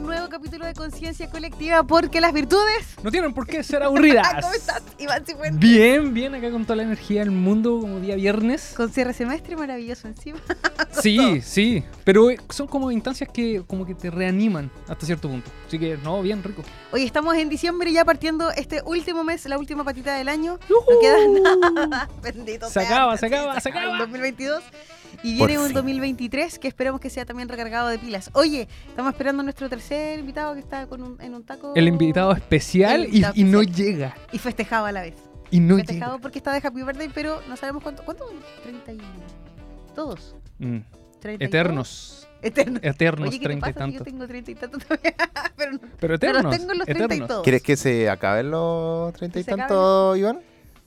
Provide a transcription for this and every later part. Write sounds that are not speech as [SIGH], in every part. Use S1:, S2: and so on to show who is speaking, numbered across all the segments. S1: nuevo capítulo de Conciencia Colectiva porque las virtudes. Ah,
S2: No tienen por qué
S1: [LAUGHS]
S2: ser aburridas.
S1: ¿Cómo estás, Iván Cifuentes?
S2: Bien, bien, acá con toda la energía del mundo, como día viernes.
S1: Con cierre de semestre maravilloso encima.
S2: Sí, sí. Pero eh, son como instancias que como que te reaniman hasta cierto punto. Así que, no, bien rico.
S1: Hoy estamos en diciembre ya partiendo este último mes, la última patita del [LAUGHS] año.
S2: ¡Yujú!
S1: queda Ah, Bendito.
S2: Se
S1: sea,
S2: acaba, se
S1: sí,
S2: acaba, se
S1: El
S2: acaba.
S1: 2022. Y
S2: Por
S1: viene un
S2: fin.
S1: 2023 que esperemos que sea también recargado de pilas. Oye, estamos esperando a nuestro tercer invitado que está con un- en un taco.
S2: El invitado especial,
S1: El invitado
S2: y, y no
S1: especial.
S2: llega.
S1: Y festejado a la vez.
S2: Y no
S1: festejado
S2: llega.
S1: porque está de Happy Birthday, pero no sabemos cuánto. ¿Cuántos? 31. Todos.
S2: Mm,
S1: 32.
S2: Eternos.
S1: Eternos.
S2: Eternos,
S1: Oye, ¿qué te
S2: treinta
S1: pasa?
S2: y
S1: Si Yo
S2: tantos.
S1: tengo treinta y tantos todavía, [LAUGHS] pero, no,
S2: Pero
S1: pero
S2: eternos.
S1: tengo los treinta y
S2: eternos.
S1: todos.
S3: ¿Quieres que se acaben los treinta y
S1: Que se acaben.
S3: tantos, Iván?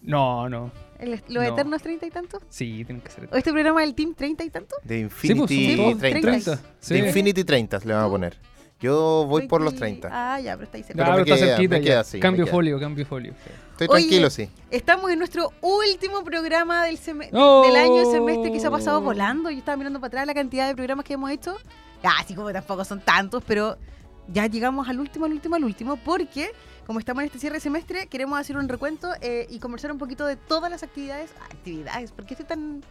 S2: No, no.
S1: El- los
S2: No.
S1: eternos treinta y tantos.
S2: Sí, tienen que ser
S1: ¿O
S2: eternos.
S1: este programa del Team treinta y tantos?
S3: De
S2: Sí, pues,
S3: Infinity
S2: son
S1: Sí,
S2: todos
S3: 30.
S2: 30. Sí.
S3: De Infinity 30 le vamos a poner. Yo voy por los
S1: 20.
S3: 30.
S1: Ah, ya, pero está ahí cerca.
S3: pero
S2: Ah,
S3: me
S2: está
S3: queda-
S2: cerquita
S3: me
S2: ya.
S3: queda, sí, me
S2: cambio
S3: queda.
S2: folio, cambio folio.
S3: Estoy
S1: Oye.
S3: tranquilo, sí.
S1: Estamos en nuestro último programa del, seme-
S2: ¡Oh!
S1: del año semestre que se ha pasado volando. Yo estaba mirando para atrás la cantidad de programas que hemos hecho. Ya, así como tampoco son tantos, pero ya llegamos al último, al último, al último, porque como estamos en este cierre de semestre, queremos hacer un recuento eh, y conversar un poquito de todas las actividades. Actividades, ¿por qué estoy tan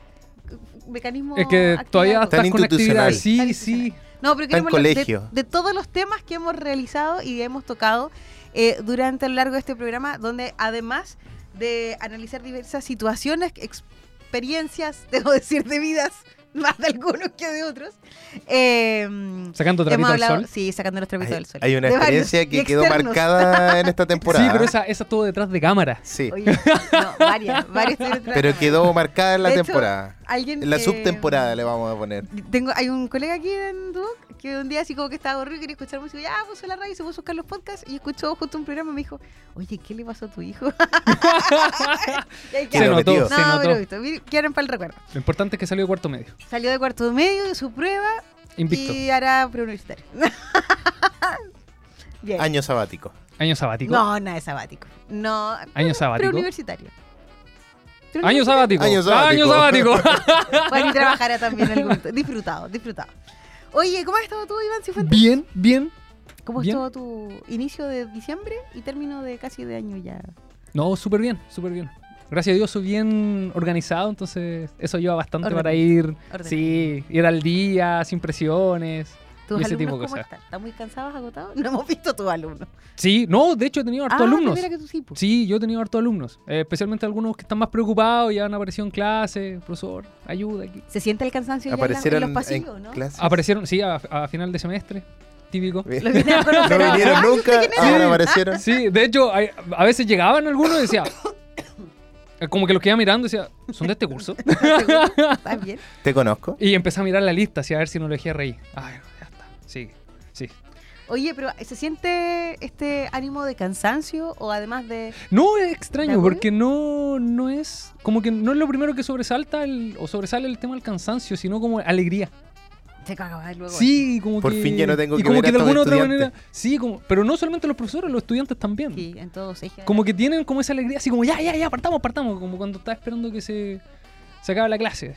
S1: eh, mecanismo
S2: Es que
S1: actividad
S2: todavía
S1: loco?
S3: Tan
S2: estás con actividad.
S3: institucional.
S2: Sí,
S1: Tan
S2: sí.
S1: No, pero
S3: Está en
S1: queremos hablar
S3: colegio.
S1: De, de todos los temas que hemos realizado y hemos tocado eh, durante a lo largo de este programa, donde además de analizar diversas situaciones, experiencias, [LAUGHS] debo decir, de vidas, más de algunos que de otros, eh,
S2: Sacando trapito
S1: hemos
S2: al
S1: hablado,
S2: sol.
S1: sí, sacando los trapitos
S3: Hay,
S1: del sol.
S3: hay una
S1: De varios,
S3: experiencia
S1: y
S3: que quedó
S1: externos.
S3: marcada
S1: [LAUGHS]
S3: en esta temporada.
S2: Sí, pero esa, esa estuvo detrás de cámara.
S3: Sí,
S1: Oye, no, varias, varias.
S3: pero quedó marcada en la
S1: De hecho, eh,
S3: temporada.
S1: Alguien
S3: En la
S1: que-
S3: subtemporada le vamos a poner.
S1: Tengo, hay un colega aquí en Duoc que un día así como que estaba aburrido y quería escuchar música. Ya puso la radio, se puso a buscar los podcasts y escuchó justo un programa y me dijo, oye, ¿qué le pasó a tu hijo? [LAUGHS] Y ahí
S2: Se
S3: Se
S1: quedó.
S3: lo
S2: notó,
S3: metió.
S2: se
S1: no,
S2: notó.
S1: pero visto, mire, quedaron para el recuerdo.
S2: Lo importante es que salió de cuarto medio.
S1: Salió de cuarto medio de su prueba
S2: Invicto.
S1: y hará preuniversitario. [LAUGHS] Bien.
S3: Año sabático.
S2: Año sabático.
S1: No, nada de sabático. No, [LAUGHS]
S2: Año sabático.
S1: preuniversitario.
S2: Año sabático.
S3: Año sabático.
S2: Año sabático.
S1: [LAUGHS]
S2: [LAUGHS]
S1: Bueno, y trabajará también algún momento. Disfrutado, disfrutado. Oye, ¿cómo has estado tú, Iván Cifuentes?
S2: bien, bien.
S1: ¿Cómo
S2: Bien.
S1: estuvo tu inicio de diciembre y término de casi de año ya?
S2: No, súper bien, súper bien. Gracias a Dios soy bien organizado, entonces eso ayuda bastante
S1: Ordenado.
S2: para ir,
S1: Ordenado.
S2: sí, ir al día, sin presiones.
S1: ¿Tus
S2: y
S1: alumnos
S2: ese tipo de
S1: cómo
S2: cosas.
S1: están? ¿Están muy cansados, agotados? [LAUGHS] No hemos visto a tus alumnos.
S2: Sí, no, de hecho he tenido hartos
S1: Ah,
S2: alumnos.
S1: mira que tú sí, po.
S2: pues. Sí, yo he tenido hartos alumnos, eh, especialmente algunos que están más preocupados, ya han aparecido en clase, profesor, ayuda aquí.
S1: ¿Se siente el cansancio ya en la-
S3: Aparecieron
S1: en los pasillos, no?
S3: clases. [LAUGHS]
S2: Aparecieron, sí, a, a final de semestre, típico.
S1: [LAUGHS] Los vienen
S3: [LAUGHS]
S1: a
S3: No
S1: conocer. Ah,
S3: vinieron nunca,
S1: [LAUGHS]
S3: ahora aparecieron.
S2: Sí, de hecho, a, a veces llegaban algunos y decía, [COUGHS] como que los quedaba mirando y decía, ¿son de este curso?
S1: [LAUGHS] ¿Estás bien?
S3: ¿Te conozco?
S2: Y empecé a mirar la lista, así a ver si no lo dejé reír. Ay, no, ya está. Sí, sí.
S1: Oye, pero eh, ¿se siente este ánimo de cansancio o además de...?
S2: No es
S1: ¿De
S2: extraño,
S1: acuerdo?
S2: porque no, no es. Como que no es lo primero que sobresalta el, o sobresale el tema del cansancio, sino como alegría.
S1: Se cagaba luego.
S2: Sí, como
S3: Por
S2: que.
S3: fin ya no tengo
S2: y
S3: que
S2: como
S3: ver
S2: que
S3: a
S2: de
S3: estos
S2: alguna otra
S3: estudiantes.
S2: manera. Sí, como, pero no solamente los profesores, los estudiantes también.
S1: Sí, entonces... es
S2: Como que tienen como esa alegría, así como ya, ya, ya, partamos, partamos. Como cuando está esperando que se, se acabe la clase.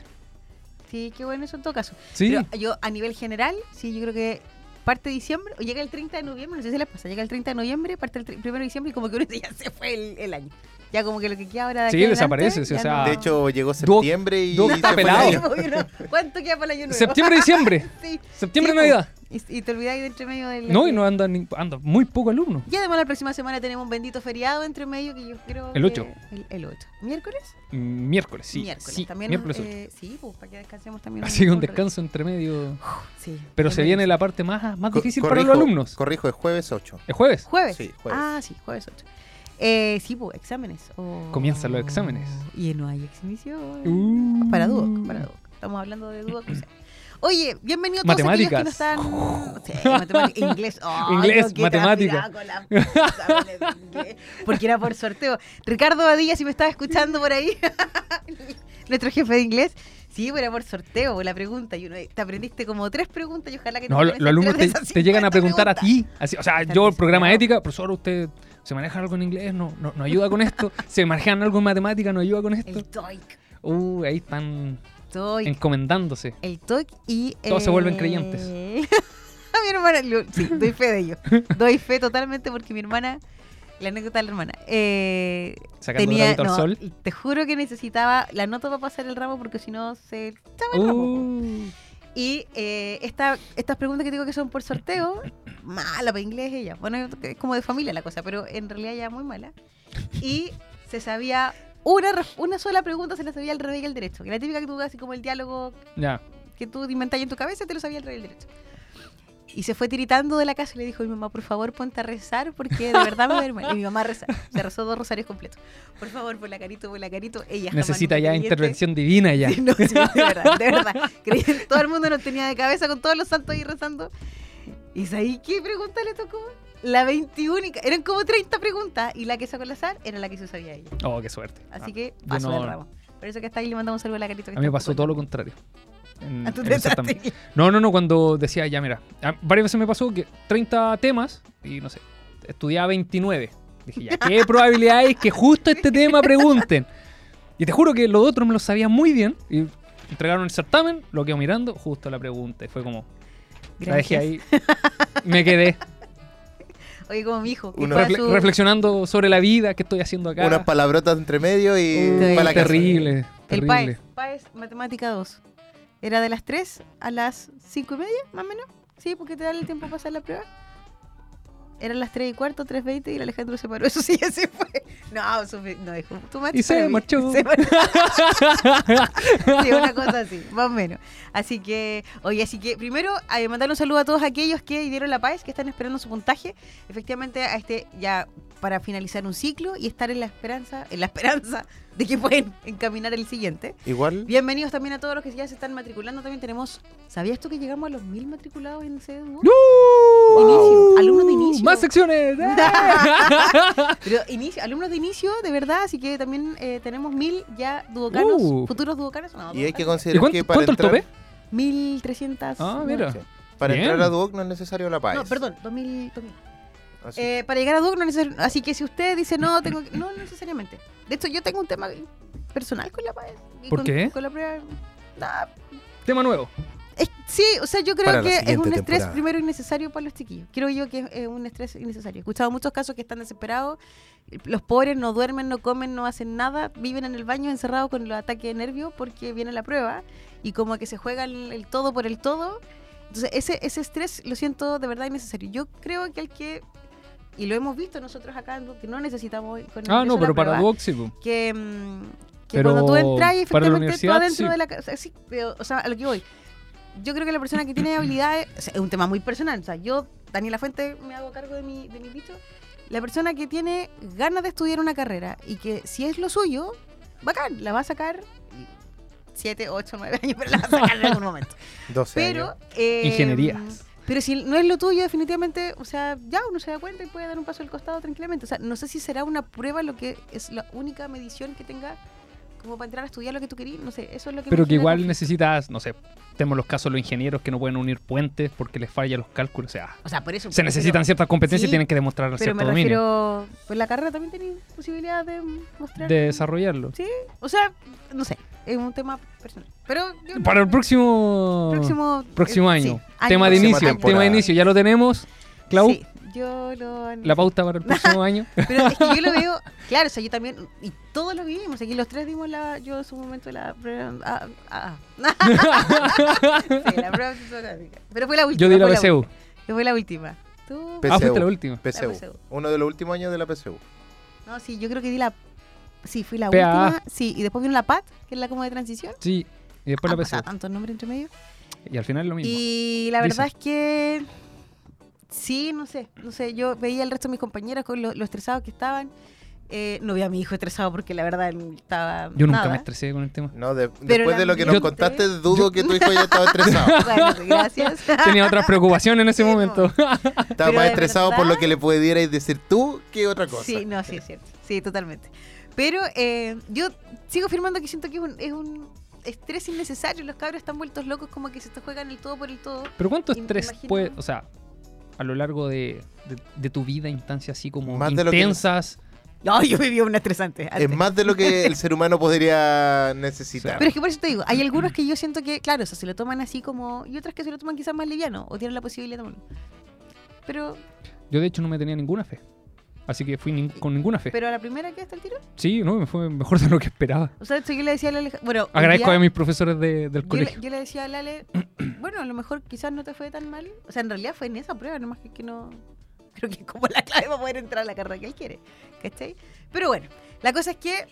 S1: Sí, qué bueno eso en todo caso.
S2: Sí.
S1: Pero yo a nivel general, sí, yo creo que parte de diciembre, o llega el 30 de noviembre, no sé si les pasa, llega el 30 de noviembre, parte el 1 de diciembre y como que uno dice, ya se fue el, el año. Ya como que lo que queda ahora de aquí
S2: Sí,
S1: adelante,
S2: desaparece, sí, o
S1: ya
S2: sea,
S3: De hecho, llegó
S2: Duoc-
S3: septiembre y.
S2: Duoc
S3: se
S2: Ah. está
S3: fue el
S2: pelado.
S3: año.
S1: Como que uno, ¿Cuánto queda para el año nuevo?
S2: Septiembre, diciembre.
S1: [LAUGHS] Sí,
S2: [LAUGHS] Septiembre,
S1: sí,
S2: Navidad.
S1: Y, y te olvidáis de entre medio del...
S2: No, y no anda, ni- anda muy poco alumno.
S1: Y además la próxima semana tenemos un bendito feriado entre medio que yo creo
S2: El
S1: que-
S2: ocho.
S1: El, el 8. ¿Miércoles?
S2: Miércoles, sí.
S1: miércoles.
S2: sí,
S1: también
S2: miércoles
S1: nos-
S2: ocho.
S1: eh, sí, pues para que descansemos también.
S2: [LAUGHS] Así que un
S1: rato.
S2: descanso entre medio.
S1: Sí.
S2: Pero
S1: bien
S2: se viene
S1: merecido.
S2: la parte más, más
S3: Co-
S2: Ah, difícil para
S3: corrijo-
S2: los alumnos.
S3: Corrijo, es jueves 8.
S2: El jueves.
S1: ¿Jueves?
S3: Sí, jueves.
S1: Ah, sí, jueves 8. Eh, sí, pues, exámenes. Oh.
S2: Comienzan los exámenes.
S1: Y no hay exhibición.
S2: Uh.
S1: Para Duoc, para Duoc. Estamos hablando de Duoc. o sea. Oye, bienvenido a todos aquellos
S2: Matemáticas.
S1: que no están... Sí,
S2: [LAUGHS]
S1: matemáticas, inglés. Oh,
S2: Inglés,
S1: yo qué
S2: matemática.
S1: transpiraba con las exámenes de inglés, Porque era por sorteo. Ricardo Badilla, si me estaba escuchando por ahí, [LAUGHS] nuestro jefe de inglés. Sí, pues, era por sorteo, por la pregunta. Y uno, te aprendiste como tres preguntas y ojalá que te
S2: No, lo-
S1: aprendas
S2: los alumnos te,
S1: tres de esas
S2: te llegan
S1: 50
S2: a preguntar a
S1: preguntas.
S2: ti. Así, o sea,
S1: Están
S2: yo, el programa de
S1: desesperados.
S2: ética, profesor, usted se maneja algo en inglés, no, no, no ayuda
S1: [LAUGHS]
S2: con esto. se manejan algo en matemática, no ayuda con esto.
S1: El TOEIC.
S2: Uh, ahí están
S1: TOEIC.
S2: encomendándose.
S1: El TOEIC y.
S2: Todos se
S1: el-
S2: vuelven creyentes.
S1: [LAUGHS] mi hermana. Lo- Sí, doy fe de
S2: [LAUGHS]
S1: ello. Doy fe totalmente porque mi hermana, la anécdota de la hermana, eh,
S2: Sacando
S1: tenía.
S2: la al
S1: no,
S2: sol.
S1: Te juro que necesitaba la nota para pasar el ramo porque si no se echaba el ramo.
S2: Uh,
S1: Y eh, esta, estas preguntas que digo que son por
S2: [LAUGHS]
S1: sorteo, mala para inglés ella. Bueno, es como de familia la cosa, pero en realidad ya muy mala. Y se sabía. Una, ref- una sola pregunta se la sabía al revés y al derecho. Que la típica que tú así como el diálogo
S2: ya.
S1: que tú te inventas en tu cabeza, te lo sabía el rey del derecho. Y se fue tiritando de la casa y le dijo a mi mamá, por favor, ponte a rezar porque de verdad me va a ir mal. Y mi mamá reza, se rezó dos rosarios completos. Por favor, por la carito, por la carito. Ella jamás
S2: Necesita
S1: nunca
S2: ya
S1: creyente.
S2: intervención divina ya.
S1: [LAUGHS] Sí, no, sí, de verdad, de verdad. Creyente, todo el mundo nos tenía de cabeza con todos los santos ahí rezando. ¿Y ahí qué pregunta le tocó? La 21, eran como 30 preguntas y la que sacó al azar era la que se sabía ella.
S2: Oh, qué suerte.
S1: Así
S2: Ah,
S1: que
S2: yo
S1: pasó
S2: no-
S1: el ramo. Por eso que está ahí le mandamos un saludo a la carito. que
S2: a mí me
S1: está
S2: pasó
S1: un poco-
S2: todo lo contrario. En-
S1: Ah, tú
S2: en
S1: te
S2: el certamen.
S1: trataste-
S2: No, no, no, cuando decía, ya mira, a- varias veces me pasó que 30 temas y no sé, estudiaba 29. Dije,
S1: [LAUGHS]
S2: ya, ¿qué probabilidad es que justo este tema pregunten? Y te juro que los otros me lo sabía muy bien y entregaron el certamen, lo quedo mirando, justo la pregunta. Y fue como, la dejé
S1: Gracias.
S2: ahí,
S1: [LAUGHS]
S2: me quedé
S1: Oye, como mi hijo. que
S3: Uno-
S1: fue a
S2: refle-
S1: su-
S2: reflexionando sobre la vida que estoy haciendo acá.
S3: Unas palabrotas entre medio y
S1: Uy,
S3: para la casa.
S2: terrible,
S1: El
S2: terrible.
S1: PAES, PAES Matemática 2. Era de las 3 a las 5 y media, más o menos. Sí, porque te da el tiempo para hacer la prueba. Eran las 3 y cuarto, 3.20 y el Alejandro se paró. [LAUGHS] Eso sí, ya se fue. No, Sofi, no dijo. Tú mate
S2: Y se
S1: para mí. [LAUGHS]
S2: marchó.
S1: Se marchó. Sí, una cosa así, más o menos. Así que, oye, así que primero eh, mandar un saludo a todos aquellos que dieron la paz, que están esperando su puntaje. Efectivamente, a este ya para finalizar un ciclo y estar en la esperanza, en la esperanza de que pueden encaminar el siguiente.
S3: Igual,
S1: Bienvenidos también a todos los que ya se están matriculando. También tenemos, ¿sabías tú que llegamos a los mil matriculados en CDU?
S2: ¡Uh!
S1: Inicio, alumnos de inicio.
S2: Más secciones. ¡Ah!
S1: [LAUGHS] Pero inicio, alumnos de inicio, de verdad, así que también eh, tenemos mil ya duocanos,
S2: Uh.
S1: futuros duocanos. No,
S3: y hay que
S1: duocanos,
S2: ¿Y
S3: considerar que
S2: cuánto,
S3: para
S2: cuánto el
S3: entrar,
S2: tope?
S1: 1300.
S2: Ah,
S1: no,
S2: mira.
S3: para
S2: Bien.
S3: entrar a Duoc no es necesario la PAES.
S1: No, perdón, 2000. 2000.
S3: Así.
S1: Eh, para llegar a Duoc no es necesario. Así que si usted dice no, tengo que- No, no necesariamente. De hecho, yo tengo un tema personal con la PAES. y
S2: ¿Por
S1: con-
S2: qué?
S1: Con la prueba. Nah,
S2: Tema nuevo.
S1: Es- sí, o sea, yo creo
S3: Para la
S1: que es
S3: siguiente
S1: un estrés
S3: temporada.
S1: primero innecesario para los chiquillos. Creo yo que es eh, un estrés innecesario. He escuchado muchos casos que están desesperados. Los pobres no duermen, no comen, no hacen nada. Viven en el baño encerrados con los ataques de nervios porque viene la prueba y como que se juega el, el todo por el todo. Entonces, ese, ese estrés lo siento de verdad innecesario. Yo creo que hay que. Y lo hemos visto nosotros acá, que no necesitamos. Con el ingreso
S2: Ah,
S1: a
S2: no,
S1: la
S2: pero
S1: prueba
S2: para Duoc sí. po.
S1: que, mm, que
S2: Pero
S1: cuando tú entras y
S2: para
S1: efectivamente tú
S2: la universidad,
S1: adentro
S2: sí.
S1: de la casa, sí, pero, o sea, a lo que voy. Yo creo que la persona que
S2: [CLEARS THROAT]
S1: tiene habilidades, o sea, es un tema muy personal, o sea, yo, Daniela Fuente, me hago cargo de mi, de mi bicho. La persona que tiene ganas de estudiar una carrera y que si es lo suyo, bacán, la va a sacar 7, 8, 9 años, pero la va a sacar en algún momento.
S3: 12
S1: Pero,
S3: años.
S1: eh,
S2: Ingenierías.
S1: pero si no es lo tuyo, definitivamente, o sea, ya uno se da cuenta y puede dar un paso al costado tranquilamente. O sea, no sé si será una prueba lo que es la única medición que tenga como para entrar a estudiar lo que tú querías. No sé, eso es lo que... me
S2: Pero que
S1: genera
S2: igual
S1: conflicto.
S2: necesitas, no sé, tenemos los casos de los ingenieros que no pueden unir puentes porque les fallan los cálculos. O sea,
S1: O sea, por eso...
S2: se necesitan ciertas competencias
S1: sí,
S2: y tienen que demostrar
S1: Pero, pero
S2: cierto
S1: me
S2: dominio.
S1: refiero... Pues la carrera también tiene posibilidad de mostrar...
S2: De desarrollarlo.
S1: Sí, o sea, no sé, es un tema personal. Pero yo no-
S2: Para el próximo, próximo,
S1: próximo... eh,
S2: año.
S1: sí,
S2: Tema de
S3: Próxima
S2: inicio. Tema
S3: temporada.
S2: de inicio. Ya lo tenemos. Clau,
S1: Sí, yo lo...
S2: la pauta
S1: [LAUGHS]
S2: para el próximo año.
S1: Pero es que yo lo veo, claro, o sea, yo también, y todos lo vivimos, aquí los tres dimos la, yo en su momento la prueba, ah, ah, [LAUGHS] ah. Sí, la prueba psicográfica. pero fue la última.
S2: Yo di la
S1: fue
S2: PCU.
S1: ulti- Yo fue la última. Tú,
S3: Pe-
S2: Ah, fuiste
S3: PSU.
S2: la última.
S3: PSU.
S1: La PSU.
S3: Uno de los últimos años de la PSU.
S1: no, sí, yo creo que di la, sí, fui la
S2: PAA.
S1: última, sí, y después vino la PAT, que es la como de transición.
S2: Sí. Y después
S1: Han
S2: la
S1: pasado
S2: PCU.
S1: tantos nombres entre medio.
S2: Y al final lo mismo.
S1: Ah, Y la
S2: Dice.
S1: verdad es que sí, no sé, no sé, yo veía al resto de mis compañeras con lo, lo estresados que estaban. Eh, no vi a mi hijo estresado porque la verdad él estaba
S2: Yo nunca
S1: nada.
S2: me estresé con
S1: [LAUGHS]
S2: el tema.
S3: No, de-
S1: Pero
S3: después de lo que nos
S1: yo-
S3: contaste, dudo que tu hijo ya estaba
S2: [LAUGHS]
S3: estresado.
S1: Bueno, gracias.
S2: Tenía otras preocupaciones en ese
S1: Sí, pues. po.
S2: momento.
S3: Estaba
S1: Pero
S3: más
S1: de
S3: estresado por
S1: verdad-
S3: lo que le pudierais decir tú que otra cosa.
S1: Sí, no, sí, es cierto. Sí, totalmente. Pero eh, yo sigo afirmando que siento que es un, es un estrés innecesario. Los cabros están vueltos locos como que se te juegan el todo por el todo.
S2: Pero ¿cuánto
S1: Im-
S2: estrés
S1: imagino-
S2: puede, o sea, a lo largo de, de- de tu vida, instancias así como
S3: Más de lo que-
S2: intensas,
S1: No, yo viví una estresante.
S3: Es
S1: antes.
S3: más de lo
S1: [LAUGHS]
S3: que el ser humano podría necesitar.
S1: Pero es que por eso te digo, hay algunos que yo siento que, claro, o sea, se lo toman así como. Y otras que se lo toman quizás más liviano o tienen la posibilidad de tomarlo. Pero,
S2: Yo de hecho no me tenía ninguna fe. Así que fui nin- con ninguna fe.
S1: pero a la primera que hasta el tiro.
S2: Sí, no, me fue mejor de lo que esperaba.
S1: O sea, esto yo le decía a la Alejandra. Bueno, hoy
S2: Agradezco
S1: día-
S2: a mis profesores de- del
S1: Yo le,
S2: colegio.
S1: yo le decía a Lale, [CLEARS THROAT] bueno, a lo mejor quizás no te fue tan mal. O sea, en realidad fue en esa prueba, nomás que, que no. [LAUGHS] Creo que es como la clave para poder entrar a la carrera que él quiere. ¿Cachai? Pero bueno, la cosa es que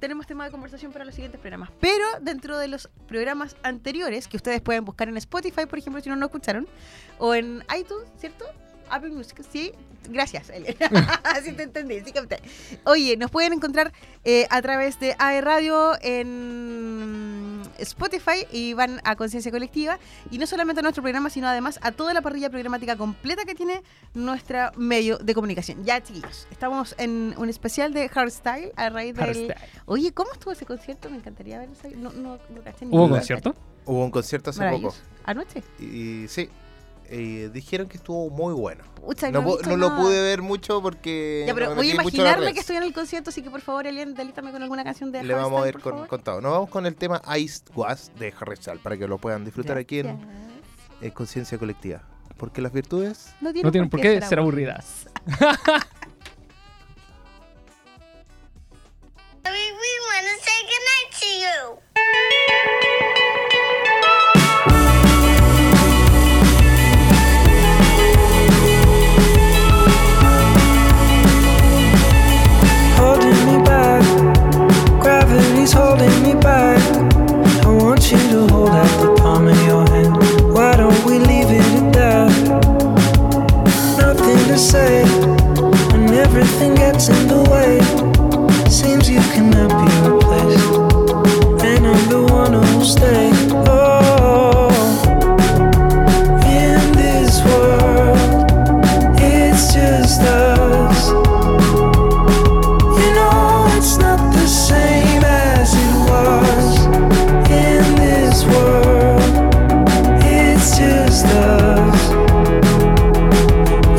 S1: tenemos tema de conversación para los siguientes programas. Pero dentro de los programas anteriores, que ustedes pueden buscar en Spotify, por ejemplo, si no lo escucharon, o en iTunes, ¿cierto? Apple Music, sí. Gracias,
S3: [LAUGHS]
S1: Ele. Así te entendí, sí capté. Oye, nos pueden encontrar eh, a través de AE Radio en Spotify y van a Conciencia Colectiva. Y no solamente a nuestro programa, sino además a toda la parrilla programática completa que tiene nuestro medio de comunicación. Ya, chiquillos, estamos en un especial de Hardstyle a raíz del...
S2: Hardstyle.
S1: Oye, ¿cómo estuvo ese concierto? Me encantaría ver ese... No, no, no caché ni
S2: ¿Hubo
S1: idea.
S2: concierto?
S3: Hubo un concierto hace poco.
S1: Maravilloso. ¿Anoche?
S3: Y sí, eh, dijeron que estuvo muy bueno.
S1: Pucha,
S3: no
S1: he
S3: pu-
S1: visto
S3: no lo
S1: nada.
S3: pude ver mucho porque.
S1: Ya, pero
S3: no- no
S1: voy a
S3: vi mucho las
S1: imaginarme
S3: redes.
S1: que estoy en el concierto, así que por favor, Elian, delítame con alguna canción de
S3: Le vamos a
S1: Hardstyle,
S3: ir
S1: por
S3: con,
S1: favor.
S3: contado. Nos vamos con el tema Ice Was de Harry Styles para que lo puedan disfrutar aquí en
S1: Ya.
S3: eh, Conciencia Colectiva. Porque las virtudes
S1: No tienen,
S2: No tienen por qué ser
S1: aburridos.
S2: aburridas.
S4: We, we want to say goodnight to you.
S5: holding me back. Gravity's holding me back. I want you to hold out the palm of your hand. Why don't we leave it at that? Nothing to say, and everything gets in the way. Seems you cannot be replaced, and I'm the one who'll stay. Oh, in this world, it's just us. You know it's not the same as it was in this world. It's just us.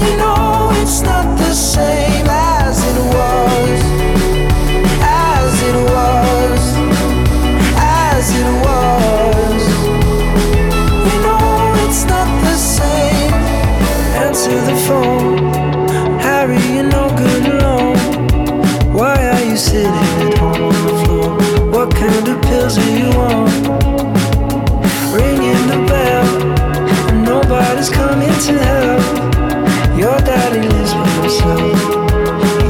S5: You know it's not the same as it was, as it was, as it was. You know it's not the same. Answer the phone, Harry. You're no good alone. Why are you sitting at home on the floor? What kind of pills are you on? Ringing the bell, and nobody's coming to help. Your daddy lives by himself. He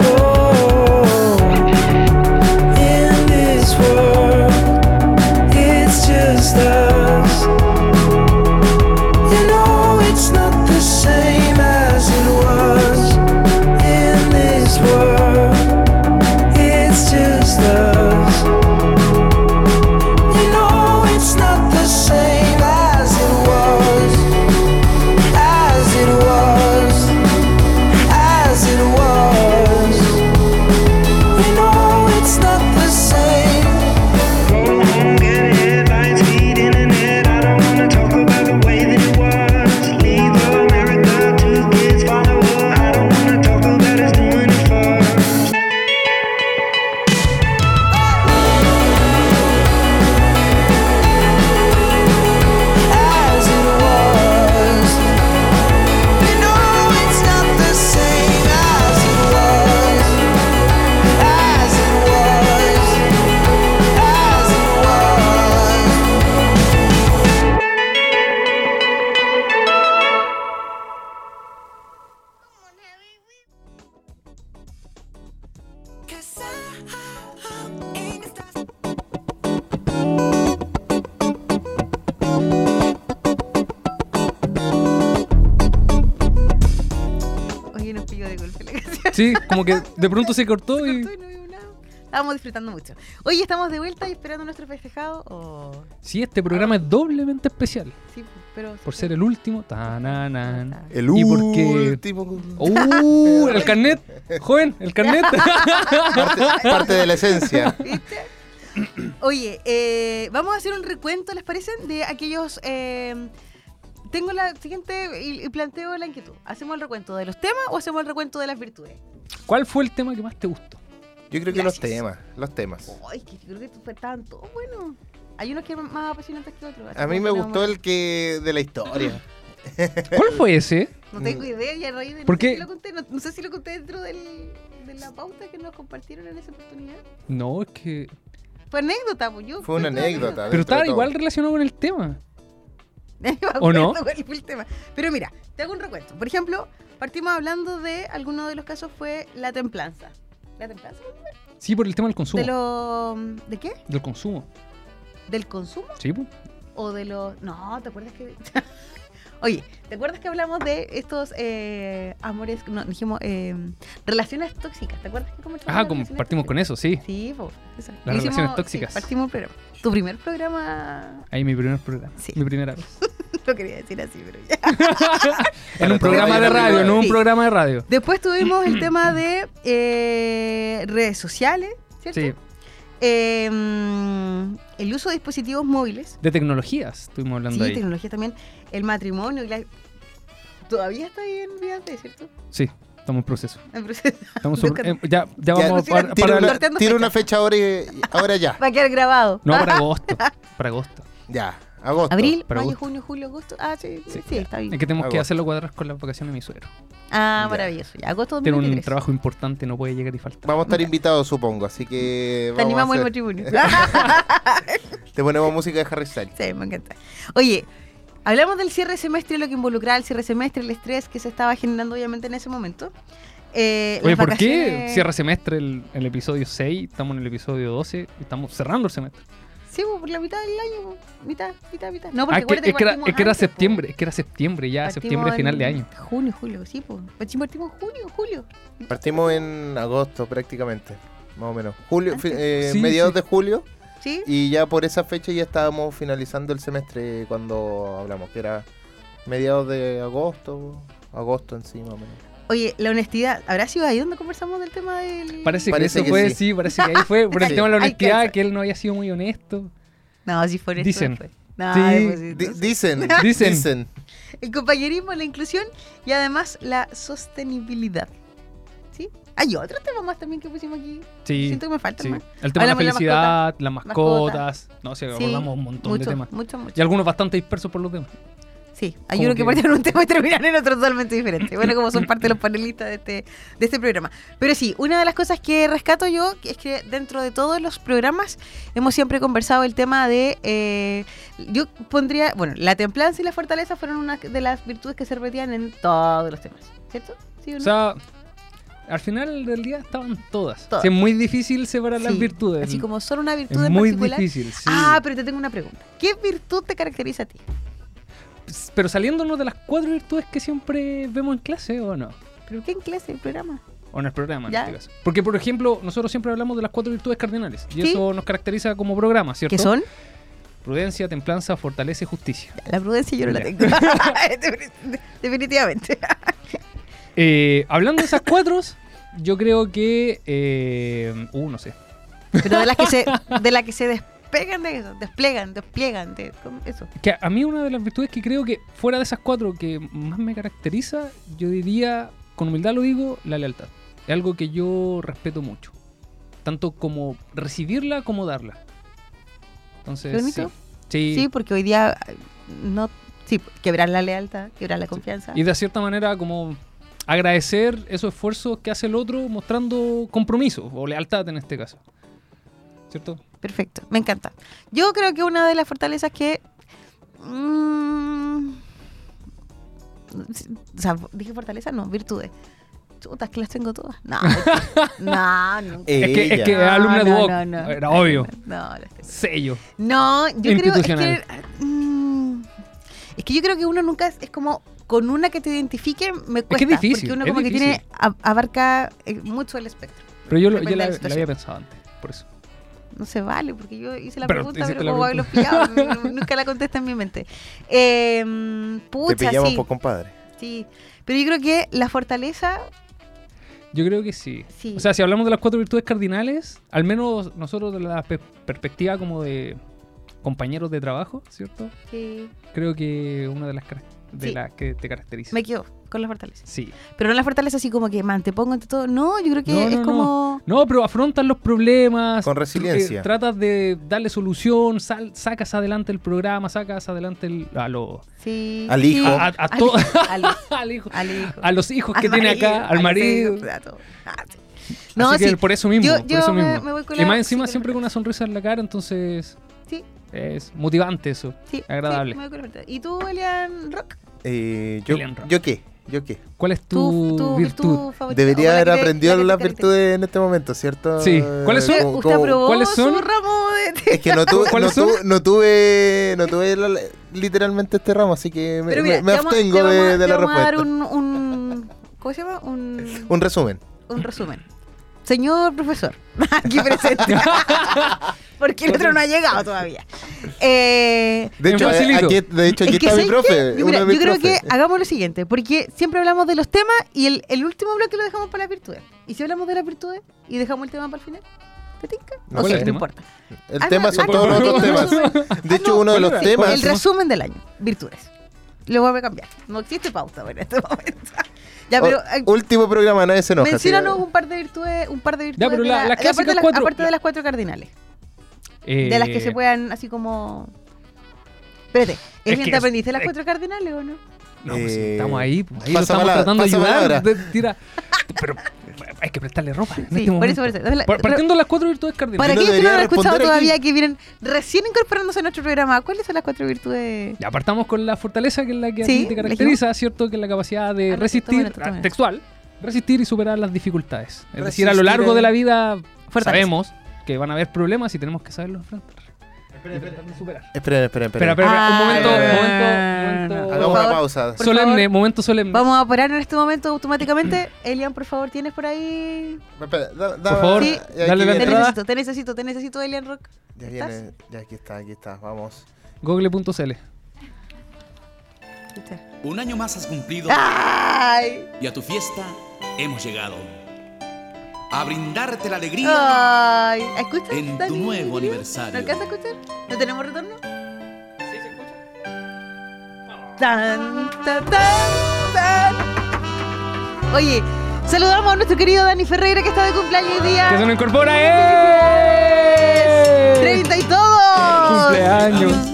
S5: Oh, in this world, it's just us. You know it's not the same as it was in this world. It's just us. You know it's not the same as it was, as it was, as it was. You know it's not the same. Go home, get headlines, feed internet. I don't wanna talk about the way that it was. Leave America, two kids, follow her. I don't wanna talk about us doing it first. As it was, you know it's not the same as it was, as it was, as it was.
S4: Come on, Harry. We
S1: Oye, nos pilló de golpe la canción.
S2: Sí, como que de pronto
S1: [LAUGHS]
S2: se cortó y
S1: Cortó y no vimos nada. Estábamos disfrutando mucho. Hoy estamos de vuelta y esperando nuestro festejado. o
S2: sí, este programa es doblemente especial
S1: Sí, pero.
S2: por ser el último. Tananan.
S3: El
S2: ¿Y por qué?
S3: último.
S2: ¡Uh! El carnet, joven,
S1: [LAUGHS]
S2: el carnet.
S3: [LAUGHS] Parte, parte de la esencia.
S1: ¿Viste? Oye, eh, vamos a hacer un recuento, ¿les parece? De aquellos eh, Tengo la siguiente y, y planteo la inquietud. ¿Hacemos el recuento de los temas o hacemos el recuento de las virtudes?
S2: ¿Cuál fue el tema que más te gustó?
S3: Yo creo que los
S1: Gracias.
S3: temas, los temas.
S1: Ay, que creo que fue tanto bueno. Hay unos que eran más apasionantes que otros. así
S3: A mí
S1: como
S3: me
S1: que no-
S3: gustó el que de la historia.
S2: ¿Cuál fue ese?
S1: No
S3: Mm.
S1: tengo idea, ya reí de
S2: ¿Por
S1: no sé
S2: qué?
S1: si lo conté, no, no sé si lo conté dentro del, de la pauta que nos compartieron en esa oportunidad.
S2: No, es que.
S1: Fue anécdota, pues yo.
S3: Fue una
S1: cuento
S3: anécdota.
S2: Pero
S3: dentro de
S2: estaba
S3: todo.
S2: igual relacionado con el tema.
S1: [LAUGHS] Me
S2: ¿O no?
S1: acuerdo [LAUGHS] cuál fue el tema. Pero mira, te hago un recuento. Por ejemplo, partimos hablando de alguno de los casos fue la templanza. ¿La templanza?
S2: Sí, por el tema del consumo.
S1: ¿De lo. ¿De qué?
S2: Del consumo.
S1: ¿Del consumo?
S2: Sí, po.
S1: o de los... No, ¿te acuerdas que...? [LAUGHS] Oye, ¿te acuerdas que hablamos de estos eh, amores, no, dijimos, eh, relaciones tóxicas? ¿Te acuerdas que conversamos
S2: Ah,
S1: de
S2: como
S1: relaciones
S2: partimos con
S1: tóxicas?
S2: eso, sí.
S1: Sí, po, eso.
S2: Las
S1: Hicimos-
S2: relaciones
S1: sí,
S2: tóxicas.
S1: partimos el programa. Tu primer programa, [LAUGHS]
S2: Ahí mi primer programa.
S1: Sí.
S2: Mi primera vez.
S1: lo quería decir así, pero ya.
S2: [LAUGHS] en
S3: Claro,
S2: un programa
S3: todavía
S2: de
S3: no lo
S2: radio,
S3: veo.
S2: no un
S1: Sí.
S2: programa de radio.
S1: Después tuvimos el tema de eh, redes sociales, ¿cierto?
S2: Sí.
S1: Eh, mm, el uso de dispositivos móviles.
S2: De tecnologías estuvimos
S1: Sí,
S2: hablando ahí.
S1: tecnología también. El matrimonio. y la- Todavía está ahí en Vidante, ¿cierto?
S2: Sí, estamos en proceso.
S1: [LAUGHS] El proceso.
S2: Estamos
S1: Yo
S2: sobre-
S1: creo-
S2: eh, ya, ya
S3: Ya,
S2: vamos
S1: tira-
S2: para,
S3: Tira
S2: para
S1: el-
S3: una,
S1: Cortando
S3: tira
S1: fecha.
S3: una fecha ahora, y- ahora
S1: [LAUGHS]
S3: ya.
S1: Va a quedar grabado.
S2: No, para agosto.
S1: [LAUGHS]
S2: Para agosto.
S3: Ya, agosto.
S1: Abril,
S2: para
S1: mayo,
S2: agosto.
S1: junio, julio, agosto. Ah, sí, sí,
S2: Sí.
S1: está bien.
S2: Es que tenemos que
S3: Agosto.
S2: hacerlo cuadrar con las vacaciones de mi suegro.
S1: Ah,
S3: Ya.
S1: maravilloso. Ya, agosto
S2: Tiene un
S1: 2023.
S2: trabajo importante, no puede llegar y faltar.
S3: Vamos a estar invitados, supongo, así
S1: Te
S3: que. vamos a
S1: animamos al
S3: hacer-
S1: matrimonio. [LAUGHS]
S3: Te ponemos música de Harry Styles.
S1: sí, me encanta. Oye, hablamos del cierre de semestre, lo que involucraba el cierre de semestre, el estrés que se estaba generando obviamente en ese momento. Eh,
S2: Oye,
S1: las
S2: ¿por qué
S1: vacaciones-
S2: cierra semestre el, el episodio 6? Estamos en el episodio 12 y estamos cerrando el semestre.
S1: Sí, po, por la mitad del año. po. Mitad, mitad, mitad. No,
S2: Ah,
S1: porque
S2: es que,
S1: acuérdate
S2: es que era,
S1: partimos
S2: es que era
S1: antes, po.
S2: septiembre, es que era septiembre, ya
S1: Partimos
S2: septiembre es final de
S1: en
S2: año.
S1: Junio, julio, sí, pues. Partimos en junio, julio.
S3: Partimos en agosto prácticamente, más o menos.
S1: Ah,
S3: Julio, fi- eh,
S2: Sí,
S3: mediados
S2: sí.
S3: de julio.
S1: ¿Sí?
S3: Y ya por esa fecha ya estábamos finalizando el semestre cuando hablamos, que era mediados de agosto, agosto encima. más o menos.
S1: Oye, la honestidad, ¿habrá sido ahí donde conversamos del tema del...?
S2: Parece,
S3: Parece
S2: que eso
S3: que
S2: fue, sí.
S3: sí.
S2: parece que ahí fue. Por el
S3: Sí.
S2: tema de la honestidad,
S1: Alcanza.
S2: que él no había sido muy honesto.
S1: No, sí fue en esto,
S2: Dicen.
S1: fue. No,
S2: Sí,
S1: después sí,
S3: Di-
S1: no sé. [LAUGHS]
S3: dicen,
S2: Dicen.
S3: dicen,
S1: El compañerismo, la inclusión y además la sostenibilidad. ¿Sí? Hay otros temas más también que pusimos aquí.
S2: Sí,
S1: Siento que me faltan
S2: sí.
S1: más.
S2: El tema de la
S1: Hablamos de la
S2: felicidad, las
S1: mascota.
S2: mascotas. No, sí,
S1: Sí,
S2: abordamos un montón de
S1: Mucho,
S2: temas.
S1: mucho, mucho.
S2: Y algunos bastante dispersos por los temas.
S1: Sí, hay
S2: Como
S1: uno que,
S2: que-
S1: partieron un tema y terminaron en otro totalmente diferente. Bueno, como son
S2: [LAUGHS]
S1: parte de los panelistas de este, de este programa. Pero sí, una de las cosas que rescato yo es que dentro de todos los programas hemos siempre conversado el tema de. eh, yo pondría. Bueno, la templanza y la fortaleza fueron una de las virtudes que se repetían en todos los temas, ¿cierto? ¿Sí o no?
S2: O sea, al final del día estaban todas.
S1: Todas.
S2: Sí, es muy difícil separar las
S1: Sí,
S2: virtudes.
S1: Así como solo una
S2: es
S1: virtud en
S2: muy
S1: particular.
S2: difícil, sí.
S1: Ah, pero te tengo una pregunta. ¿Qué virtud te caracteriza a ti?
S2: S- Pero saliéndonos de las cuatro virtudes que siempre vemos en clase, ¿o no?
S1: ¿Pero qué en clase, el programa?
S2: O en el programa, en
S1: Ya.
S2: este caso. Porque, por ejemplo, nosotros siempre hablamos de las cuatro virtudes cardinales. Y
S1: Sí.
S2: eso nos caracteriza como programa, ¿cierto?
S1: ¿Qué son?
S2: Prudencia, templanza, fortaleza y justicia.
S1: La prudencia yo no la
S2: Ya.
S1: tengo.
S2: [LAUGHS]
S1: [LAUGHS] Definitivamente.
S2: Eh, hablando de esas cuatro, yo creo que... eh, uh, no sé.
S1: Pero de las que se, de las que se despegan de eso, desplegan, despliegan de con eso.
S2: Que a mí una de las virtudes que creo que fuera de esas cuatro que más me caracteriza, yo diría, con humildad lo digo, la lealtad. Es algo que yo respeto mucho. Tanto como recibirla como darla. Entonces,
S1: Qué bonito.
S2: sí.
S1: Sí,
S2: Sí.
S1: porque hoy día eh, no sí, quebrar la lealtad, quebrar la confianza.
S2: Y de cierta manera como agradecer esos esfuerzos que hace el otro mostrando compromiso o lealtad en este caso. ¿Cierto?
S1: Perfecto, me encanta. Yo creo que una de las fortalezas que mm, o sea, dije fortaleza, no, virtudes. Chutas, que las tengo todas.
S2: [LAUGHS]
S1: No, no, no.
S2: Es
S3: eh,
S2: que, es que
S1: No,
S2: Eh, alumna de
S1: no,
S2: UOC,
S1: no, no.
S2: era obvio.
S1: No, las tengo.
S2: Sello.
S1: No, yo creo es que,
S2: Institucional.
S1: mm, es que yo creo que uno nunca es, es como con una que te identifique me cuesta
S2: que es difícil,
S1: porque uno
S2: es
S1: como
S2: difícil.
S1: que tiene a- abarca eh, mucho el espectro.
S2: Pero yo, lo-
S1: Depende
S2: yo la,
S1: de la
S2: la
S1: situación.
S2: había pensado antes, por eso.
S1: No se vale porque yo hice la
S2: Pero
S1: pregunta
S2: hiciste
S1: pero
S2: la
S1: como los pillados
S2: [LAUGHS]
S1: nunca la contesta en mi mente. Eh, mm,
S3: Te
S1: pucha,
S3: pillamos
S1: sí,
S3: por compadre.
S1: sí. Pero yo creo que la fortaleza
S2: Yo creo que sí.
S1: Sí.
S2: O sea, si hablamos de las cuatro virtudes cardinales, al menos nosotros de la pe- perspectiva como de compañeros de trabajo, ¿cierto?
S1: sí,
S2: Creo que una de las, cara- de
S1: Sí.
S2: las que te caracterizan.
S1: Me quedo con las fortalezas.
S2: Sí.
S1: Pero no las fortalezas así como que, man, te pongo ante todo. No, yo creo que
S2: No, no,
S1: es
S2: no.
S1: como.
S2: No, pero afrontas los problemas.
S3: Con
S2: tr-
S3: resiliencia.
S2: eh, tratas de darle solución, sal- sacas adelante el programa, sacas adelante el- a, lo-
S1: Sí.
S3: Al
S1: sí,
S3: hijo.
S2: a, a- a
S1: Al-
S2: to-
S1: al hijo.
S2: al hijo-
S1: al
S2: [LAUGHS]
S1: hijo.
S2: a los hijos que
S1: Al
S2: tiene
S1: marido,
S2: acá,
S1: a
S2: al
S1: los
S2: marido.
S1: hijos, a todo. Ah, sí.
S2: Así que
S1: sí,
S2: por eso mismo.
S1: Yo-
S2: por
S1: yo
S2: eso
S1: me-
S2: mismo.
S1: me voy con
S2: y
S1: la-
S2: más
S1: sí,
S2: encima
S1: con la
S2: siempre con una sonrisa en la cara, entonces
S1: Sí.
S2: es motivante eso.
S1: sí,
S2: Agradable.
S1: sí, me voy con la fortaleza. ¿Y tú, Elian Rock?
S3: Eh, yo,
S2: Elian Rock.
S3: ¿Yo qué? ¿Yo qué?
S2: ¿Cuál es tu, virtud?
S1: favorita?
S3: Debería
S1: O la
S3: haber
S1: que te-
S3: aprendido
S1: la que
S3: las
S1: te caracteriza.
S3: virtudes en este momento, ¿cierto?
S2: Sí. ¿Cuáles son?
S3: Eh, como-
S1: Usted
S3: como-
S1: aprobó
S2: ¿Cuáles son?
S1: su ramo
S3: [LAUGHS]
S1: de...
S3: Es que no tuve, no,
S2: ¿Cuáles son?
S3: tuve, no tuve, no tuve la- literalmente este ramo, así que me,
S1: Pero mira,
S3: me- me
S1: te vamos-
S3: abstengo
S1: te vamos
S3: de,
S1: a-
S3: de
S1: te
S3: la
S1: vamos a dar
S3: respuesta. Un...
S1: un, un... ¿Cómo se llama?
S3: [LAUGHS]
S1: Un,
S3: resumen.
S1: un resumen. Señor profesor, [LAUGHS] aquí
S2: [LAUGHS]
S1: presente. Porque el otro no ha llegado todavía. Eh,
S3: De
S2: Es
S3: hecho, eh,
S2: facilito.
S3: aquí, de hecho, aquí
S1: es que
S3: está
S1: ¿sabes
S3: mi profe.
S1: qué? Yo,
S3: uno
S1: mira,
S3: de mis
S1: yo creo que
S3: profes.
S1: hagamos lo siguiente, porque siempre hablamos de los temas y el, el último bloque lo dejamos para las virtudes. ¿Y si hablamos de las virtudes y dejamos el tema para el final? ¿Te tinca?
S3: No
S1: No,
S2: sé.
S1: no importa. Ah,
S3: El
S1: Hazme-
S3: tema son
S1: hazme
S3: todos los
S1: un
S3: otros temas.
S1: resumen. Ah,
S3: De hecho,
S1: no,
S3: uno de los
S2: olvídate.
S3: temas.
S1: El resumen del año, virtudes. Lo voy a cambiar. No existe pauta en este [LAUGHS] momento. ya, pero eh,
S3: o- último programa, nadie se enoja. así que-
S1: menciónanos un par de virtudes, un par de virtudes.
S2: pero
S1: de
S2: la-
S1: la-
S2: las
S1: de- aparte
S2: clásicas
S1: de las-
S2: cuatro-
S1: Aparte de las cuatro cardinales.
S2: Eh,
S1: De las que se puedan así como. Espérate,
S2: Es
S1: ¿es
S2: que
S1: bien
S2: es-
S1: te aprendiste las
S2: es-
S1: cuatro cardinales o no?
S2: No, pues sí,
S3: Eh,
S2: estamos ahí, pues, ahí lo
S3: pasa
S2: estamos
S3: palabra,
S2: tratando de
S3: pasa
S2: ayudar.
S3: palabra.
S2: de- tira- pero hay que prestarle ropa
S1: [LAUGHS] Sí,
S2: en
S1: por
S2: este
S1: eso,
S2: momento.
S1: por eso. Dale-
S2: Pa- Partiendo de las cuatro virtudes cardinales.
S1: Para
S3: no
S1: aquellos que no
S3: debería
S1: lo han escuchado
S3: responder aquí.
S1: todavía, que vienen recién incorporándose a nuestro programa, ¿cuáles son las cuatro virtudes?
S2: Ya partamos con la fortaleza que es la que a
S1: Sí,
S2: ti te caracteriza, ¿cierto? Que es la capacidad de
S1: Ah, no, esto
S2: resistir,
S1: bueno, esto bueno.
S2: textual, resistir y superar las dificultades. Es decir,
S3: Resistir
S2: a lo largo
S3: el-
S2: de la vida
S1: Fortaleza.
S2: sabemos que van a haber problemas y tenemos que saberlos enfrentar. Y tratar de superar.
S3: Esperen, esperen, esperen.
S2: Espera, espera, espera, un
S1: Ah,
S2: momento,
S1: no.
S2: momento, momento.
S3: Hagamos
S1: Por
S3: una
S1: favor.
S3: pausa.
S1: por
S2: solemne,
S1: favor.
S2: momento solemne.
S1: Vamos a parar en este momento automáticamente. Elian, por favor, ¿tienes por ahí?
S3: Espera, da- da-
S2: Por favor,
S1: Sí.
S3: ya aquí
S2: dale la
S1: Te
S3: viene.
S2: entrada.
S1: necesito, te necesito, te necesito, Elian Rock.
S3: Ya viene, ya aquí está, aquí está, vamos.
S2: Google.cl.
S6: Un año más has cumplido
S1: Ah. ¡Ay!
S6: y a tu fiesta hemos llegado. A brindarte la
S1: Ah.
S6: alegría.
S1: ¡Ay! ¿Escuchas?
S6: En tu
S1: Dani?
S6: nuevo aniversario.
S1: ¿No alcanza a escuchar? ¿No tenemos retorno? Sí, se escucha. Tan, tan, tan, tan. Oye, saludamos a nuestro querido Dani Ferreira que está de cumpleaños hoy
S2: Que se
S1: día.
S2: nos incorpora eh.
S1: 30 y todos.
S2: Cumpleaños.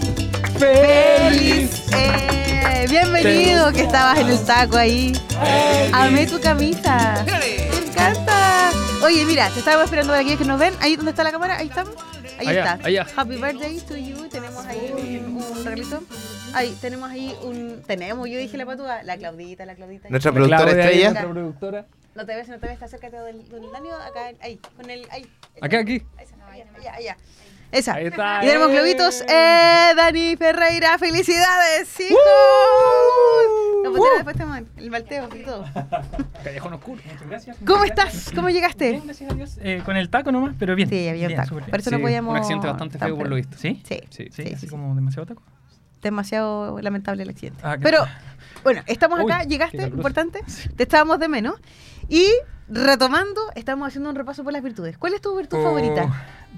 S2: Feliz.
S1: Feliz. Eh, bienvenido, que estabas en el taco ahí. Amé tu camisa. Me encanta. Oye, mira, te estábamos esperando para aquellos que nos ven. Ahí donde está la cámara, ahí estamos. Ahí
S2: Allá,
S1: está.
S2: allá.
S1: Happy birthday to you. Tenemos ahí un, un regalito. Ahí, tenemos ahí un. Tenemos, yo dije la patúa, la Claudita, la Claudita.
S3: Nuestra
S2: La Claudia
S3: productora
S2: ahí,
S3: estrella.
S2: nuestra productora.
S1: No te ves, no te ves, acércate del, con el Dani, acá, ahí, con el, ahí.
S2: Acá, aquí.
S1: Esa, allá, allá, allá. Esa.
S2: Ahí está.
S1: Y tenemos
S2: ¡Eh!
S1: globitos. ¡Eh! Dani Ferreira, felicidades, hijo. Lo pondré después te man- el malteo y todo.
S2: Callejón oscuro. Muchas gracias.
S1: ¿Cómo estás? ¿Cómo llegaste?
S7: Bien, gracias a Dios. Eh, con el taco nomás, pero bien.
S1: Sí, había un taco.
S7: súper bien.
S1: Por eso
S2: Sí,
S1: no podíamos.
S2: Un accidente bastante
S1: tan
S2: feo por lo
S1: pronto.
S2: visto.
S7: ¿Sí?
S1: Sí,
S2: Sí.
S7: Sí,
S1: sí,
S7: así
S1: sí.
S7: como demasiado taco.
S1: Demasiado lamentable el accidente.
S7: Ah, qué-
S1: Pero bueno, estamos acá,
S2: Uy, qué
S1: llegaste,
S2: caluroso.
S1: importante. Te estábamos de menos. Y retomando, estamos haciendo un repaso por las virtudes. ¿Cuál es tu virtud
S7: Oh,
S1: favorita?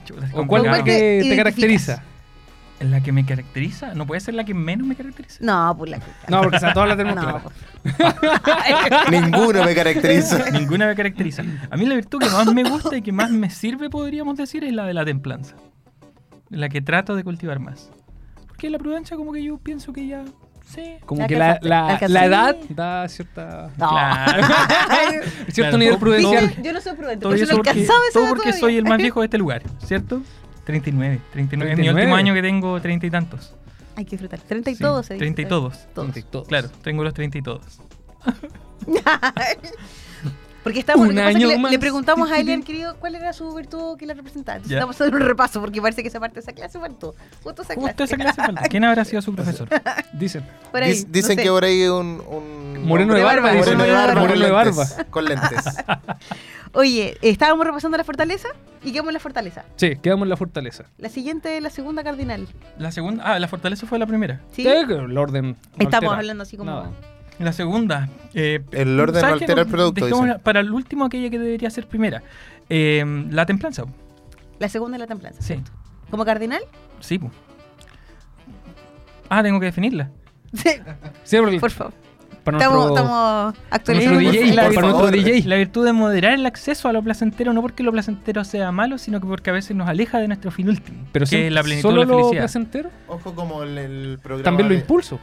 S7: chuta, es
S2: ¿O cuál es la
S7: complicado.
S1: te
S2: que te
S1: identificas?
S2: caracteriza?
S7: ¿La que me caracteriza? ¿No puede ser la que menos
S1: [LAUGHS]
S7: me caracteriza?
S1: No, por la que.
S2: No, porque o sea, todas las
S1: [LAUGHS]
S2: tenemos
S1: No,
S2: claras.
S1: pues.
S3: Ninguno
S1: [LAUGHS]
S3: me caracteriza.
S7: Ninguna me caracteriza. A mí la virtud que más me gusta y que más me sirve, podríamos decir, es la de la templanza. La que trato de cultivar más. Porque la prudencia como que yo pienso que ya sé.
S2: Como
S1: La
S2: que la,
S1: alcanzaste, la
S2: la,
S1: alcanzaste.
S2: la edad da cierta,
S1: [LAUGHS] No. [LAUGHS]
S7: Claro.
S2: cierto
S7: Claro,
S2: nivel
S7: todo-
S2: prudencial.
S1: Viste, Yo no soy prudente,
S7: Todo
S1: por eso
S7: eso
S1: no
S7: porque,
S1: alcanzaba esa
S7: todo
S1: edad
S7: porque
S1: todavía.
S7: soy el más viejo de este lugar, ¿cierto? 39, 39. Es mi último
S2: 39.
S7: año que tengo treinta y tantos.
S1: Hay que disfrutar. 30 y
S7: Sí,
S1: todos. se dice.
S7: 30 y todos.
S1: Todos.
S2: Sí, todos.
S7: [LAUGHS] Claro, tengo los 30 y todos.
S1: Porque estamos, lo
S2: Un
S1: que pasa es
S2: año
S1: que le,
S2: más.
S1: le preguntamos a
S7: [LAUGHS]
S1: Elian, querido, cuál era su virtud que la representaba. Entonces
S7: Ya.
S1: estamos haciendo un repaso porque parece que esa parte de esa clase faltó. Justo esa clase.
S7: Justo esa clase falta. ¿Quién habrá sido su profesor?
S1: [LAUGHS]
S2: Dicen.
S1: Por ahí,
S3: Dic-
S1: no
S3: dicen
S1: sé.
S3: que ahora hay un, un
S2: Moreno
S1: de
S3: hombre-
S1: barba, dicen.
S3: Moreno de barba.
S2: Moreno de
S3: con
S2: barba.
S3: lentes, Con lentes.
S1: Oye, estábamos repasando la fortaleza y quedamos en la fortaleza.
S2: Sí, quedamos en la fortaleza.
S1: La siguiente es la segunda cardinal.
S7: La segunda. Ah, la fortaleza fue la primera.
S1: ¿sí?
S2: Eh, que El orden. no
S1: Estamos
S2: altera
S1: hablando así como.
S2: nada.
S7: La segunda. eh,
S3: El orden no
S7: ¿sabes qué?
S3: altera el producto.
S7: Dejemos
S3: dicen.
S7: para el último aquella que debería ser primera. Eh, la templanza.
S1: La segunda es la templanza.
S7: Sí.
S1: ¿Como cardinal?
S7: Sí. po. Ah, tengo que definirla.
S1: [LAUGHS] Sí,
S2: Ciérrale.
S1: por favor.
S2: Para
S1: Estamos,
S2: nuestro-
S1: estamos
S2: nuestro
S1: actualizando.
S2: DJ,
S7: DJ,
S2: la-
S7: la,
S2: para
S3: virtud-
S2: nuestro DJ.
S7: la virtud de moderar el acceso a lo placentero, no porque lo placentero sea malo, sino que porque a veces nos aleja de nuestro fin último,
S2: Pero
S7: que
S2: sí,
S7: es la plenitud
S2: solo
S7: de la
S2: lo
S7: felicidad.
S2: placentero,
S3: [LAUGHS] Ojo como en el programa.
S2: también lo
S3: de-
S2: impulso.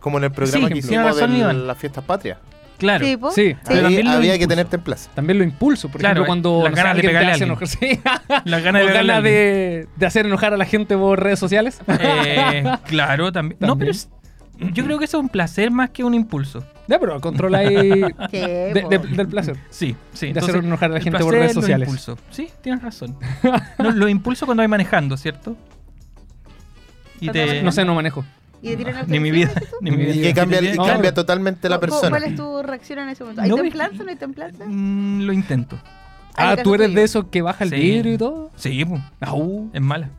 S3: Como en el programa
S7: Sí,
S3: que
S7: tiene
S3: hicimos
S7: razón,
S3: de
S7: Iván.
S3: las fiestas patrias.
S7: Claro, [LAUGHS]
S1: Sí, po.
S2: Sí,
S1: Sí.
S3: Ahí
S7: también lo
S3: había que
S7: impulso.
S3: tenerte en plaza.
S2: también lo impulso. Por
S7: Claro,
S2: ejemplo, cuando
S7: las
S2: no
S7: ganas de
S2: alguien te
S7: pegarle a
S2: hace
S7: alguien.
S2: enojar. [LAUGHS] Sí.
S7: las ganas
S2: o ganas
S7: de regalarle.
S2: de, de hacer enojar a la gente por redes sociales.
S7: [LAUGHS] Eh, claro, también. No,
S2: También.
S7: pero es- yo creo que eso es un placer más que un impulso.
S2: Ya, pero
S1: [LAUGHS]
S2: controla ahí
S1: Sí,
S2: de-
S1: po.
S2: de- del placer.
S7: Sí, sí.
S2: De
S7: entonces,
S2: hacer enojar a la
S7: el
S2: gente por
S7: placer
S2: redes
S7: lo
S2: sociales.
S7: impulso. Sí, tienes razón. No, lo impulso cuando vais manejando, ¿cierto? Y te-
S2: No sé, no manejo.
S1: Y le tiran al
S7: [LAUGHS] Ni mi
S1: televisor,
S7: vida.
S1: ¿sí tú?
S7: Ni mi
S2: Y
S7: vida.
S3: Y que cambia, y
S2: No,
S3: cambia
S2: pero-
S3: totalmente la
S1: ¿Cu- cu-
S3: persona.
S1: ¿Cuál es tu reacción en ese momento? ¿Hay
S7: No,
S1: templanza no hay templanza?
S7: Mm, lo intento.
S1: Ah,
S2: Ah,
S1: lo que
S2: tú
S1: haces
S2: eres
S1: tú.
S2: de esos que baja el
S7: Sí.
S2: vidrio y todo.
S7: Sí, pu,
S1: Ah, uh.
S2: Au.
S7: es mala.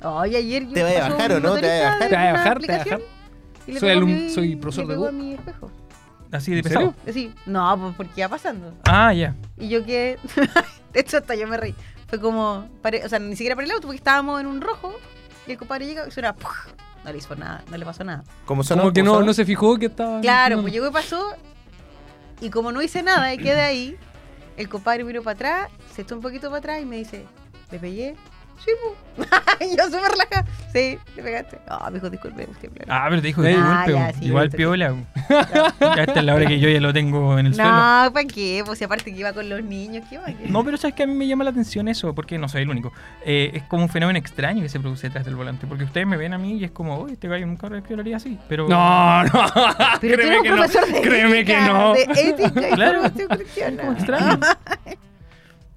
S1: Ay, ayer yo
S3: Te vaya a
S1: pasó
S3: bajar,
S1: un
S3: ¿o no? Te vaya a
S1: motorista
S3: bajar.
S2: Te vaya a
S1: en una
S2: bajar, te vaya a
S1: aplicación y le
S2: Soy
S1: pegó a
S2: alum-
S1: mi-
S2: soy profesor
S1: le
S2: de
S1: pegó
S2: U.
S1: a mi espejo.
S7: Así de
S2: ¿En
S7: pesado.
S2: serio?
S1: Así, no, pues porque iba pasando.
S7: Ah, ya.
S1: Y yo que. [LAUGHS] De hecho, hasta yo me reí. Fue como. pare- O sea, ni siquiera para el auto, porque estábamos en un rojo. Y el compadre llega y suena. ¡puf! No le hizo nada, no le pasó nada.
S3: Como son
S2: Como que no, no se fijó que estaba.
S1: Claro,
S2: no,
S1: pues llegó y pasó. Y como no hice nada y quedé ahí, el compadre miró para atrás, se echó un poquito para atrás y me dice, ¿le pegué? Sí, pu. y [LAUGHS] yo súper relajada. Sí, le pegaste. Ah, me dijo, disculpe, usted, claro.
S7: Ah, pero te dijo
S2: [LAUGHS] Ah,
S1: ya,
S7: que igual, peo,
S1: sí,
S7: igual
S1: te- [LAUGHS]
S7: piola. pu.
S2: [LAUGHS]
S7: Ya esta es la hora que yo ya lo tengo en el suelo.
S1: No, ¿para qué? Pues si aparte que iba con los niños, ¿qué va? a querer?
S7: No, pero sabes que a mí me llama la atención eso, porque no soy el único. Eh, es como un fenómeno extraño que se produce detrás del volante, porque ustedes me ven a mí y es como, uy, este gallo nunca haría así. Pero
S2: No, no. [LAUGHS]
S1: Pero tú eres
S2: créeme
S1: un
S2: que no.
S1: profesor de
S2: Créeme que
S1: ética,
S2: no.
S1: De
S2: [LAUGHS]
S1: ética y
S7: Claro.
S1: formación
S7: es como
S1: cristiana.
S7: extraño.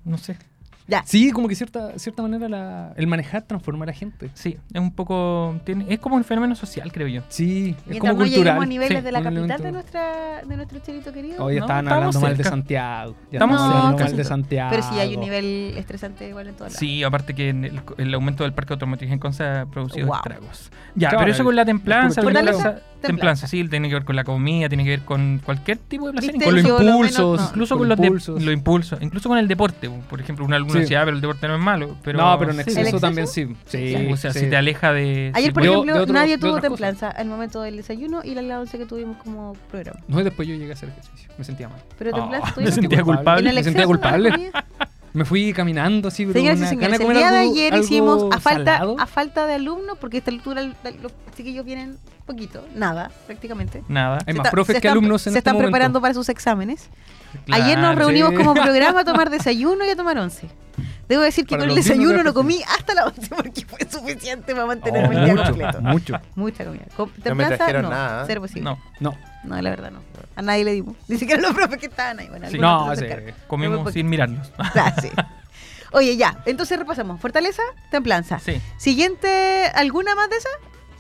S7: No sé.
S1: [LAUGHS] Ya.
S2: Sí, como que cierta, cierta manera la- el manejar transforma a la gente.
S7: Sí, es un poco. Tiene, es como un fenómeno social, creo yo.
S2: Sí, es
S1: Mientras
S2: como
S1: no lleguemos a
S2: cultural.
S1: niveles
S7: Sí,
S1: de la
S2: un
S1: capital
S2: elemento.
S1: de, nuestra, de nuestro chelito querido.
S2: Hoy
S7: No,
S2: estaban
S7: estamos
S2: hablando mal de
S7: cerca.
S2: Santiago. Ya
S7: Estamos
S2: estaban hablando
S7: cerca.
S2: mal de Santiago.
S1: Pero sí hay un nivel estresante igual en todas las...
S7: Sí, aparte que en el, el aumento del parque automotriz en Conce ha producido
S1: Wow.
S7: estragos. Ya,
S2: Claro,
S7: pero eso
S2: el-
S7: con la templanza,
S2: el
S7: con la
S1: cultural.
S7: cosa-
S1: Templanza.
S7: templanza, sí, tiene que ver con la comida, tiene que ver con cualquier tipo de placer,
S1: ¿Viste?
S2: Con los
S1: Yo lo menos
S2: impulsos.
S1: no.
S7: incluso con los, de-
S2: impulsos.
S7: los impulsos, incluso con el deporte. pues, Por ejemplo, una alguna
S2: Sí.
S7: decía, "Ah, pero el deporte no es malo. Pero
S2: no, pero en
S7: sí, pues,
S2: exceso,
S1: ¿El exceso?
S2: también sí. Sí,
S7: o sea,
S2: sí.
S7: si te aleja de.
S1: Ayer,
S7: sí,
S1: por
S2: de-
S7: pues,
S1: ejemplo,
S2: de otro-
S1: nadie
S2: de
S1: tuvo
S2: otras
S1: templanza al momento del desayuno y la- la once que tuvimos como programa.
S2: No, después yo llegué a hacer ejercicio. Me sentía mal.
S1: Pero
S7: Ah,
S1: templanza
S7: me
S1: tuvimos
S7: sentía
S1: como-
S7: culpable.
S1: en el
S2: Me sentía
S1: exceso,
S2: culpable.
S1: en la comida.
S2: Me fui caminando así, [LAUGHS] pero
S1: Señoras y
S2: una gana
S1: señores,
S2: de
S1: el
S2: comer
S1: día de
S2: algo-
S1: ayer
S2: algo
S1: hicimos a falta,
S2: salado.
S1: a falta de alumnos, porque a esta altura el- el- los chiquillos vienen poquito, nada, prácticamente.
S7: Nada.
S2: Hay
S1: Se
S2: más
S1: está-
S2: profes
S1: se
S2: que
S1: están-
S2: alumnos en
S1: Se
S2: este
S1: están
S2: momento.
S1: preparando para sus exámenes. Ayer nos
S7: Claro.
S1: reunimos
S2: sí. [LAUGHS]
S1: como programa a tomar desayuno y a tomar once. Debo decir que
S2: Para
S1: con el
S2: los dinos
S1: desayuno no
S2: de la
S1: comí hasta la once [LAUGHS] porque fue suficiente para mantenerme el día
S2: Oh, mucho,
S1: completo.
S2: mucho.
S1: Mucha comida. Com-
S3: No me
S1: templanza,
S3: trajeron
S1: no,
S3: nada, ¿eh?
S1: Cero posible.
S7: No,
S2: No,
S1: No, la verdad no. A nadie le dimos. Ni siquiera a los profes que estaban ahí. Bueno,
S7: Sí.
S1: algunos
S2: no,
S1: otros se
S2: sí.
S1: encargan. Pero
S7: comimos
S1: porque-
S7: sin mirarlos.
S1: [LAUGHS] Ah, sí. Oye, ya. Entonces repasamos. Fortaleza, templanza.
S7: sí.
S1: Siguiente, ¿alguna más de esas?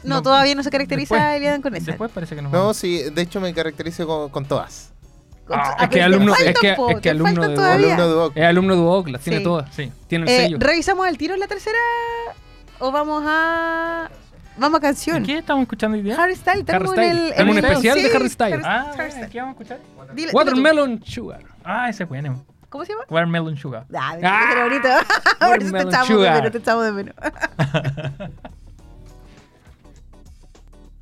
S1: No,
S7: No,
S1: todavía no se caracteriza
S7: después-
S1: el Elian con esa.
S7: Después parece que nos
S3: No,
S7: vamos.
S3: sí, de hecho me caracterizo con, con todas.
S1: Con-
S7: Ah,
S1: ah,
S2: es que
S1: pero
S2: alumno-
S1: te
S2: es que-
S1: faltan, po,
S2: es que
S1: te
S2: alumno
S1: faltan
S2: de
S1: todavía.
S3: Alumno de Boc.
S2: Es alumno de UOC, las tiene
S1: Sí.
S2: todas.
S7: Sí.
S2: Tiene el
S1: Eh,
S2: sello.
S1: ¿Revisamos al tiro la tercera? ¿O vamos a. Vamos a canción?
S7: ¿Y ¿Qué estamos escuchando hoy día?
S1: Harry Styles,
S2: Harry
S1: tenemos
S2: Styles.
S1: en el. en
S2: Tenemos
S1: el-
S2: un especial de
S1: sí,
S2: Harry Styles.
S7: Ah,
S1: Harry
S7: bueno,
S1: Styles.
S7: ¿qué vamos a escuchar?
S1: Dile- dile tú.
S2: Watermelon Sugar.
S7: Ah, ese es bueno.
S1: ¿Cómo se llama?
S7: Watermelon Sugar.
S1: Ah,
S2: Ah,
S1: era bonito. [LAUGHS] Por eso te
S2: Watermelon
S1: echamos de
S2: Sugar.
S1: menos, te echamos de menos.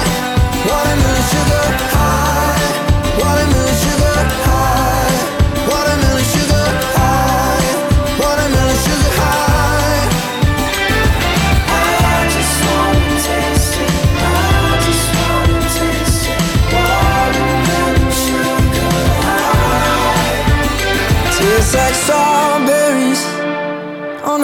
S5: watermelon sugar high, watermelon sugar high, watermelon sugar high, watermelon sugar high. I just wanna taste it. I just wanna taste it. Watermelon sugar high. Tastes like strawberries on